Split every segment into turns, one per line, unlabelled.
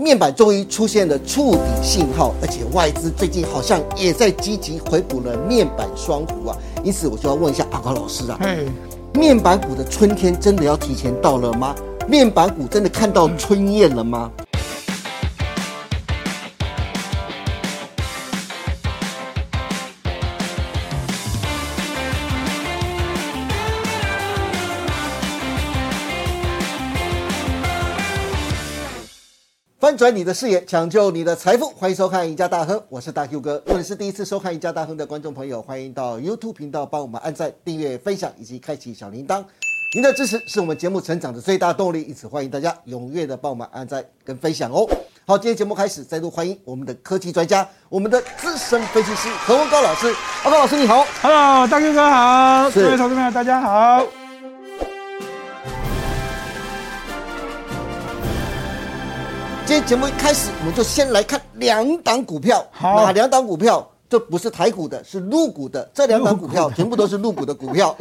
面板终于出现了触底信号，而且外资最近好像也在积极回补了面板双股啊。因此，我就要问一下阿高老师啊，
嘿，
面板股的春天真的要提前到了吗？面板股真的看到春燕了吗？翻转你的视野，抢救你的财富，欢迎收看《赢家大亨》，我是大 Q 哥。如果你是第一次收看《赢家大亨》的观众朋友，欢迎到 YouTube 频道帮我们按赞、订阅、分享以及开启小铃铛。您的支持是我们节目成长的最大动力，因此欢迎大家踊跃的帮我们按赞跟分享哦。好，今天节目开始，再度欢迎我们的科技专家、我们的资深分析师何文高老师。阿高老师你好，
Hello，大 Q 哥好，
是
各位投资朋友大家好。
今天节目一开始，我们就先来看两档股票，
好
哪两档股票？这不是台股的，是陆股的。这两档股票全部都是陆股的股票。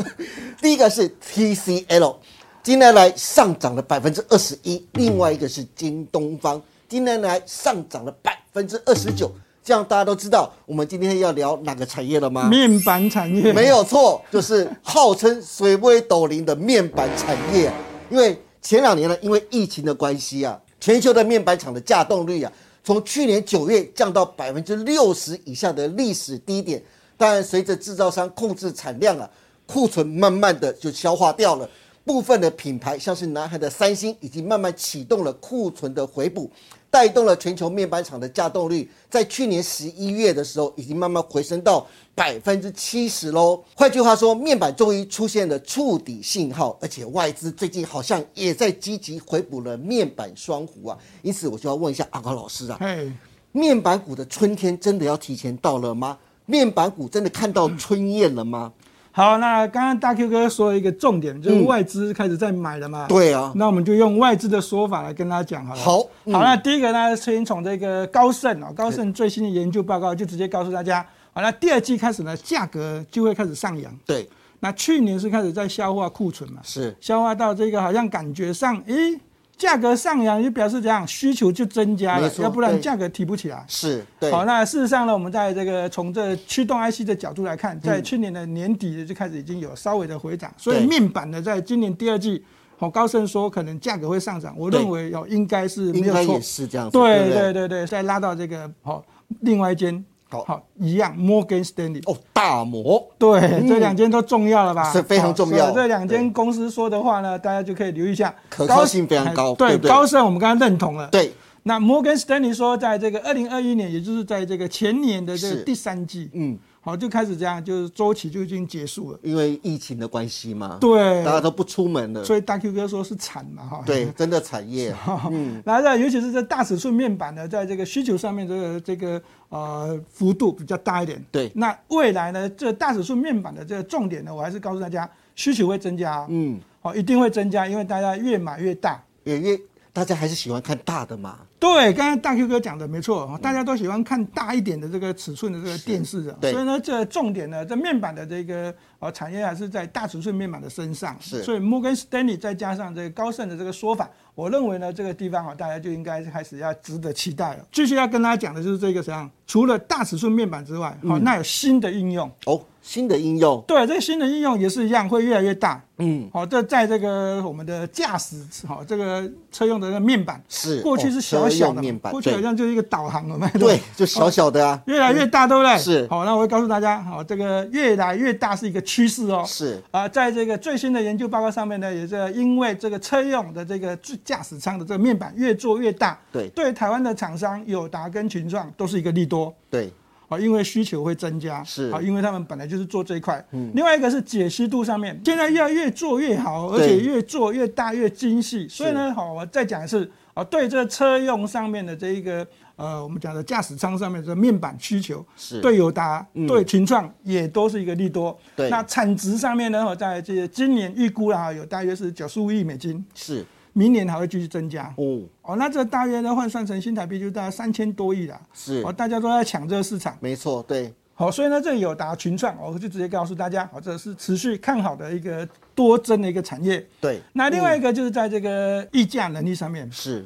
第一个是 TCL，今天来上涨了百分之二十一；另外一个是京东方，今天来上涨了百分之二十九。这样大家都知道我们今天要聊哪个产业了吗？
面板产业
没有错，就是号称水位斗零的面板产业。啊因为前两年呢，因为疫情的关系啊，全球的面板厂的稼动率啊，从去年九月降到百分之六十以下的历史低点。当然，随着制造商控制产量啊，库存慢慢的就消化掉了。部分的品牌，像是南韩的三星，已经慢慢启动了库存的回补，带动了全球面板厂的稼动率，在去年十一月的时候，已经慢慢回升到百分之七十喽。换句话说，面板终于出现了触底信号，而且外资最近好像也在积极回补了面板双虎啊。因此，我就要问一下阿高老师啊，
嘿，
面板股的春天真的要提前到了吗？面板股真的看到春燕了吗？
好，那刚刚大 Q 哥说了一个重点，就是外资开始在买了嘛。
对啊，
那我们就用外资的说法来跟大家讲好了。
好嗯
好，那第一个呢，先从这个高盛哦，高盛最新的研究报告就直接告诉大家，好，那第二季开始呢，价格就会开始上扬。
对，
那去年是开始在消化库存嘛，
是
消化到这个好像感觉上，诶，价格上扬就表示怎样，需求就增加
没
了，
错
要不然
对
价格提不起来。
是，对，
好，那事实上呢，我们在这个从这驱动 IC 的角度来看，在去年的年底就开始已经有稍微的回涨，所以
嗯对
面板呢，在今年第二季，好高盛说可能价格会上涨，我
对
认为哦应该是
应
没
该
有
也
错，
是这样子，对
对
不对
对对对，再拉到这个好另外一间
好
好一样 Morgan Stanley
哦，大摩
对，这两间都重要了吧？
嗯
哦
是非常重要
好所以这两间公司说的话呢，大家就可以留意一下，
可靠性非常高
高哎
对
对
不对
高盛我们刚刚认同了。
对，
那摩根士丹利说，在这个二零二一年，也就是在这个前年的这
是
个第三季，
嗯，
好就开始这样，就是周期就已经结束了。
因为疫情的关系嘛，，
对
大，家都不出门了，
所以大 Q 哥说是惨嘛，哈。
对，真的产业
啊
嗯
然后呢，尤其是这大尺寸面板呢，在这个需求上面的这个呃幅度比较大一点。
对
那未来呢，这大尺寸面板的这个重点呢，我还是告诉大家，需求会增加，嗯，哦，一定会增加，因为大家越买越大。
也越大家还是喜欢看大的嘛，
对，刚刚大 Q 哥讲的没错，哦大家都喜欢看大一点的这个尺寸的这个电视啊，
对
所以呢，这重点呢，这面板的这个呃产业还是在大尺寸面板的身上，
是
所以摩根 Stanley 再加上这个高盛的这个说法，我认为呢，这个地方啊，大家就应该开始要值得期待了。继续要跟大家讲的就是这个怎样，除了大尺寸面板之外，好、那有新的应用，
哦，新的应用，
对，这个新的应用也是一样，会越来越大。嗯，好、这在这个我们的驾驶，好、这个车用的那个面板
是
过去
哦
是小小
车
的
用
嘛，
面板
过去好
对
像嗯就是一个导航了嘛。
对，就小小的啊，
越来越大，对不对？
是
好，那我会告诉大家，好，这个越来越大是一个趋势哦。
是
啊、在这个最新的研究报告上面呢，也是因为这个车用的这个驾驶舱的这个面板越做越大，
对
对台湾的厂商友达跟群创都是一个利多。
对，
啊，因为需求会增加，
是
啊，因为他们本来就是做这一块。嗯，另外一个是解析度上面，现在要越做越好，而且
对
越做越大越精细。所以呢，好，我再讲一次啊，对这车用上面的这一个呃，我们讲的驾驶舱上面的面板需求，
是嗯
对友达、对群创也都是一个利多。
对
那产值上面呢，我在这个今年预估了哈，有大约是九十五亿美金，
是
明年还会继续增加。
哦，
哦，那这大约呢换算成新台币就大概三千多亿啦。
是
哦，大家都在抢这个市场。
没错，对，
好，所以呢，这里有达群创，我就直接告诉大家，好，这是持续看好的一个多增的一个产业。
对，嗯
那另外一个就是在这个议价能力上面，
是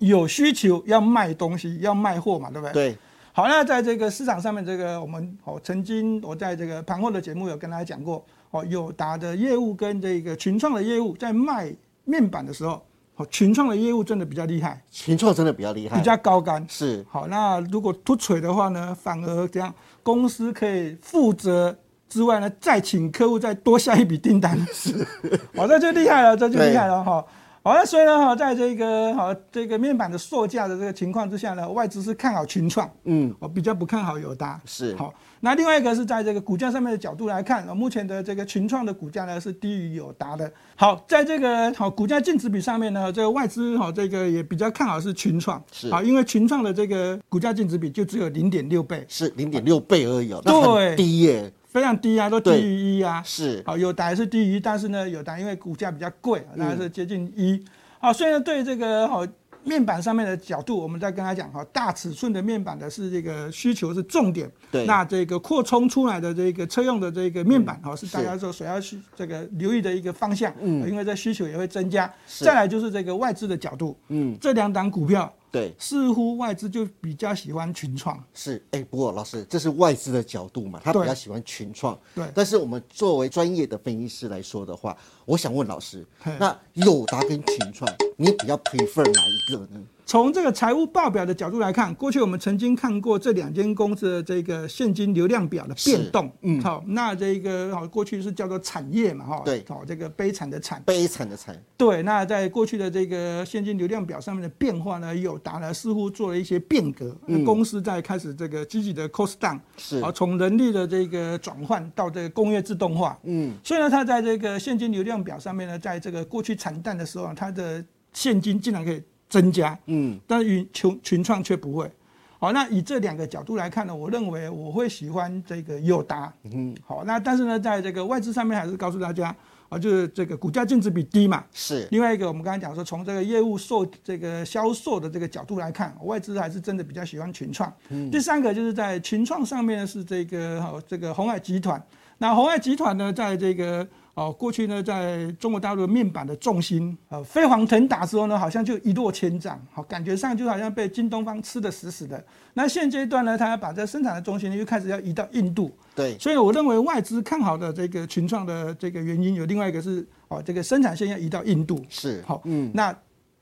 有需求要卖东西，要卖货嘛，对不对？
对，
好，那在这个市场上面，这个我们哦，曾经我在这个盘后的节目有跟大家讲过，哦，友达的业务跟这个群创的业务在卖面板的时候，哦，群创的业务真的比较厉害，
群创真的比较厉害，
比较高干。
是
好，那如果突锤的话呢，反而这样公司可以负责之外呢，再请客户再多下一笔订单。 是，哇，这就厉害了，这就厉害了哈。好，那所以呢，哈，在这个好这个面板的售价的这个情况之下呢，外资是看好群创，
嗯，
我哦比较不看好友达。
是
好，那另外一个是在这个股价上面的角度来看，哦目前的这个群创的股价呢是低于友达的。好，在这个好股价净值比上面呢，这个外资好这个也比较看好是群创，
是
好，因为群创的这个股价净值比就只有零点六倍，
是零点六倍而已、哦，那很
对
低耶、
非常低啊，都低
对
于一啊。
是嗯
好，友达也是低于一，但是呢，友达因为股价比较贵，大概是接近一。好，所以呢，对这个好面板上面的角度，我们再跟他讲哈，大尺寸的面板的是这个需求是重点。
对嗯
那这个扩充出来的这个车用的这个面板哈，是大家说所要去这个留意的一个方向。嗯，因为这需求也会增加。
是
再来就是这个外资的角度，
嗯，
这两档股票
对，
似乎外资就比较喜欢群创。
是哎、不过老师，这是外资的角度嘛，他比
对
较喜欢群创，
对
但是我们作为专业的分析师来说的话，我想问老师
嘿，
那友达跟群创，你比较 prefer 哪一个呢？
从这个财务报表的角度来看，过去我们曾经看过这两间公司的这个现金流量表的变动。嗯，好，那这个好，过去是叫做产业嘛，哈，
对
好，这个悲惨的惨。
悲惨的惨，
对，那在过去的这个现金流量表上面的变化呢，友达呢似乎做了一些变革，公司在开始这个积极的 cost down，
嗯是
好，从人力的这个转换到这个工业自动化，
嗯，
所以呢，它在这个现金流量表上面呢，在这个过去惨淡的时候啊，它的现金竟然可以增加，
嗯，
但是云群群创却不会。好，那以这两个角度来看呢，我认为我会喜欢这个友达，嗯，好，那但是呢，在这个外资上面还是告诉大家，啊，就是这个股价净值比低嘛，
是
另外一个，我们刚才讲说，从这个业务售这个销售的这个角度来看，外资还是真的比较喜欢群创。第三个就是在群创上面呢是这个哦这个红海集团，那红海集团呢，在这个哦过去呢，在中国大陆的面板的重心呃飞黄腾达之后呢，好像就一落千丈，好感觉上就好像被京东方吃的死死的。那现阶段呢，它要把这生产的中心呢又开始要移到印度，
对，
所以我认为外资看好的这个群创的这个原因有另外一个是哦，这个生产线要移到印度。
是
好，嗯，那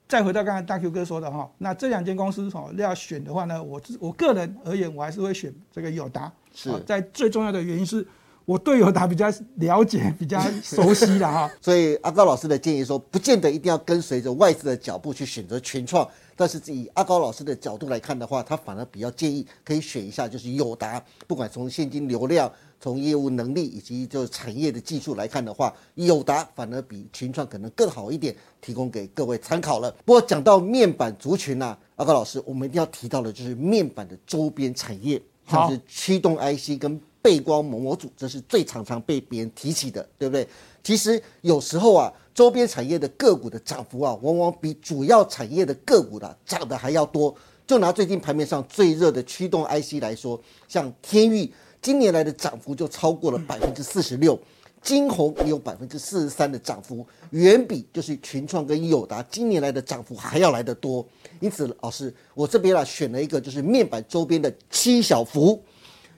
再回到刚才大 Q 哥说的哈，那这两间公司哦要选的话呢，我自我个人而言，我还是会选这个友达。
是
哦在最重要的原因是我对友达比较了解，比较熟悉 了哈。
所以阿高老师的建议说，不见得一定要跟随着外资的脚步去选择群创，但是以阿高老师的角度来看的话，他反而比较建议可以选一下，就是友达，不管从现金流量、从业务能力以及就是产业的技术来看的话，友达反而比群创可能更好一点，提供给各位参考了。不过讲到面板族群呢、阿高老师，我们一定要提到的就是面板的周边产业，像
好
是驱动 IC 跟背光模组，这是最常常被别人提起的，对不对？其实有时候啊，周边产业的个股的涨幅啊，往往比主要产业的个股的、涨得还要多。就拿最近盘面上最热的驱动 IC 来说，像天域今年来的涨幅就超过了百分之四十六，金红也有百分之四十三的涨幅，远比就是群创跟友达今年来的涨幅还要来得多。因此，老师，我这边啊选了一个就是面板周边的七小福，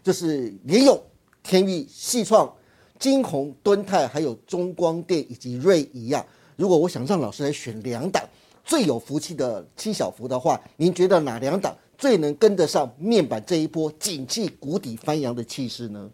就是联咏、天域、细创、金鸿、敦泰，还有中光电以及瑞仪啊。如果我想让老师来选两档最有福气的七小福的话，您觉得哪两档最能跟得上面板这一波景气谷底翻扬的气势呢？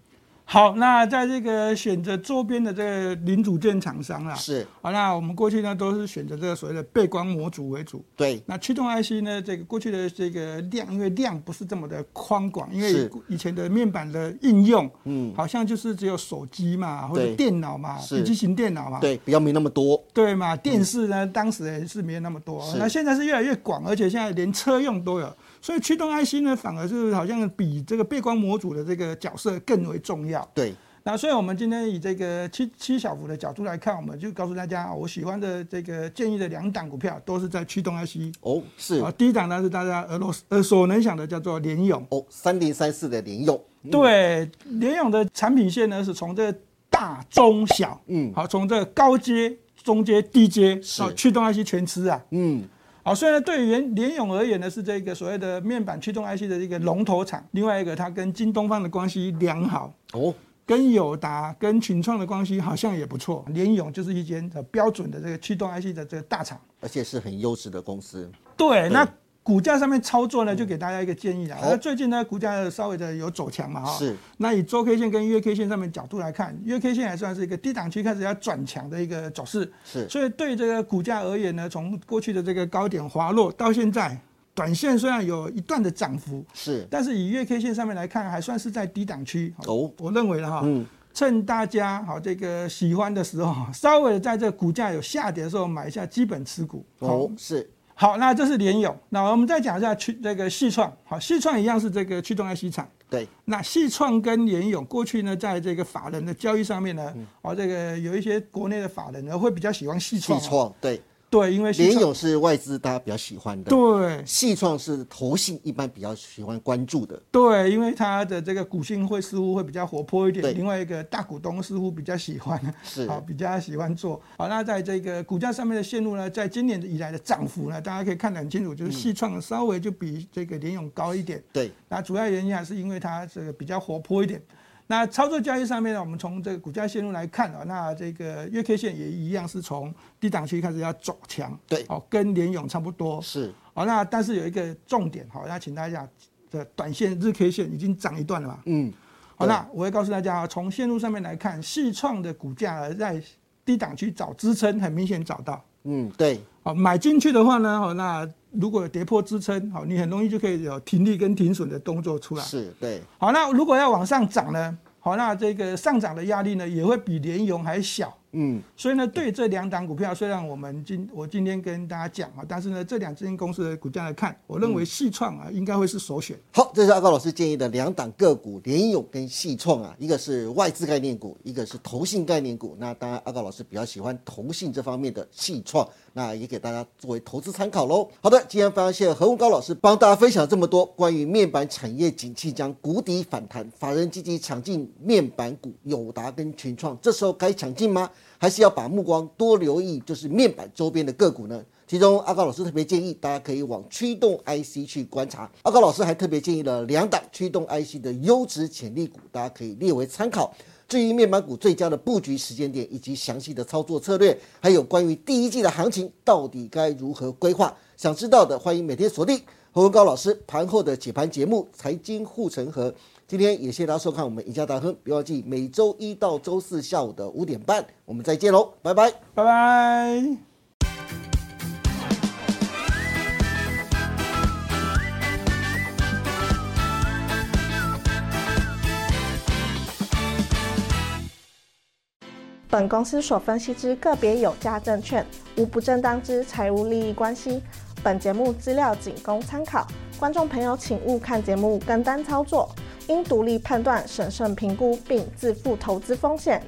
好，那在这个选择周边的这个零组件厂商啦，
是
好，那我们过去呢都是选择这个所谓的背光模组为主。
对，
那驱动 IC 呢？这个过去的这个量，因为量不是这么的宽广，因为
是
以前的面板的应用，嗯，好像就是只有手机嘛，或者
对
电脑嘛，
是
笔记型电脑嘛，
对，比较没那么多，
对嘛？电视呢，当时也是没有那么多
是，
那现在是越来越广，而且现在连车用都有，所以驱动 IC 呢，反而是好像比这个背光模组的这个角色更为重要。
对，
那所以，我们今天以这个七七小幅的角度来看，我们就告诉大家，哦我喜欢的这个建议的两档股票都是在驱动 IC
哦，是
啊，第一档呢是大家耳朵耳所能想的叫做联咏，
哦，三零三四的联用，
对，联咏的产品线呢是从这个大中小，
嗯
好，从这个高阶、中阶、低阶，
是
哦驱动 IC 全吃啊。
嗯，
好，所以呢，对于联联咏而言呢，是这个所谓的面板驱动 IC 的一个龙头厂。另外一个，它跟京东方的关系良好，
哦，
跟友达、跟群创的关系好像也不错。联咏就是一间呃标准的这个驱动 IC 的这个大厂。
而且是很优质的公司。
对，那股价上面操作呢，就给大家一个建议啊。
好
那最近呢，股价稍微的有走强嘛哈。
是。
那以周 K 线跟月 K 线上面角度来看，月 K 线还算是一个低档区开始要转强的一个走势。
是
所以对这个股价而言呢，从过去的这个高点滑落到现在，短线虽然有一段的涨幅，
是，
但是以月 K 线上面来看，还算是在低档区。
哦
我认为了哈。
嗯
趁大家好这个喜欢的时候，稍微的在这个股价有下跌的时候买一下基本持股。好
哦，是
好，那这是联友，那我们再讲一下驱这个细创，好，细创一样是这个驱动 IC 厂。
对，
那细创跟联友过去呢，在这个法人的交易上面
嗯
呢，哦，这个有一些国内的法人呢会比较喜欢细
细
创啊，
创对，
对，因为细
联
创
咏是外资大家比较喜欢的，
对
细创是投信一般比较喜欢关注的，
对，因为它的这个股性会似乎会比较活泼一
对
点，另外一个大股东似乎比较喜欢，
是
好比较喜欢做好。那在这个股价上面的线路呢，在今年以来的涨幅呢，大家可以看得很清楚，
嗯
就是细创稍微就比这个联勇高一点。
对，
那主要原因还是因为它这个比较活泼一点。那操作交易上面呢，我们从这个股价线路来看啊，那这个月 K 线也一样是从低档区开始要走强，
对
哦，跟联勇差不多。
是
好，那但是有一个重点，好，那请大家的短线日 K 线已经涨一段了嘛？
嗯，
好，
对
那我会告诉大家啊，从线路上面来看，细创的股价呢在低档区找支撑，很明显找到。
嗯，对，
好，买进去的话呢，好，那如果有跌破支撑，哦好，你很容易就可以有停利跟停损的动作出来。
是对，
好，那如果要往上涨呢，好，那这个上涨的压力呢也会比联勇还小。
嗯，
所以呢，对这两档股票，虽然我们今我今天跟大家讲啊，但是呢，这两间公司的股价来看，我认为细创啊应该会是首选。
好，这是阿高老师建议的两档个股，联咏跟细创啊，一个是外资概念股，一个是投信概念股。那当然，阿高老师比较喜欢投信这方面的细创，那也给大家作为投资参考喽。好的，今天非常谢谢何文高老师帮大家分享这么多关于面板产业景气将谷底反弹，法人积极抢进面板股友达跟群创，这时候该抢进吗？还是要把目光多留意就是面板周边的个股呢？其中，阿高老师特别建议大家可以往驱动 IC 去观察。阿高老师还特别建议了两档驱动 IC 的优质潜力股，大家可以列为参考。至于面板股最佳的布局时间点以及详细的操作策略，还有关于第一季的行情到底该如何规划，想知道的欢迎每天锁定何文高老师盘后的解盘节目《财经护城河》。今天也谢谢大家收看我们赢家大亨，别忘记每周一到周四下午的五点半，我们再见喽，拜拜。
拜拜。
本公司所分析之个别有价证券，无不正当之财务利益关系。本节目资料仅供参考，观众朋友请勿看节目跟单操作，应独立判断、审慎评估并自负投资风险。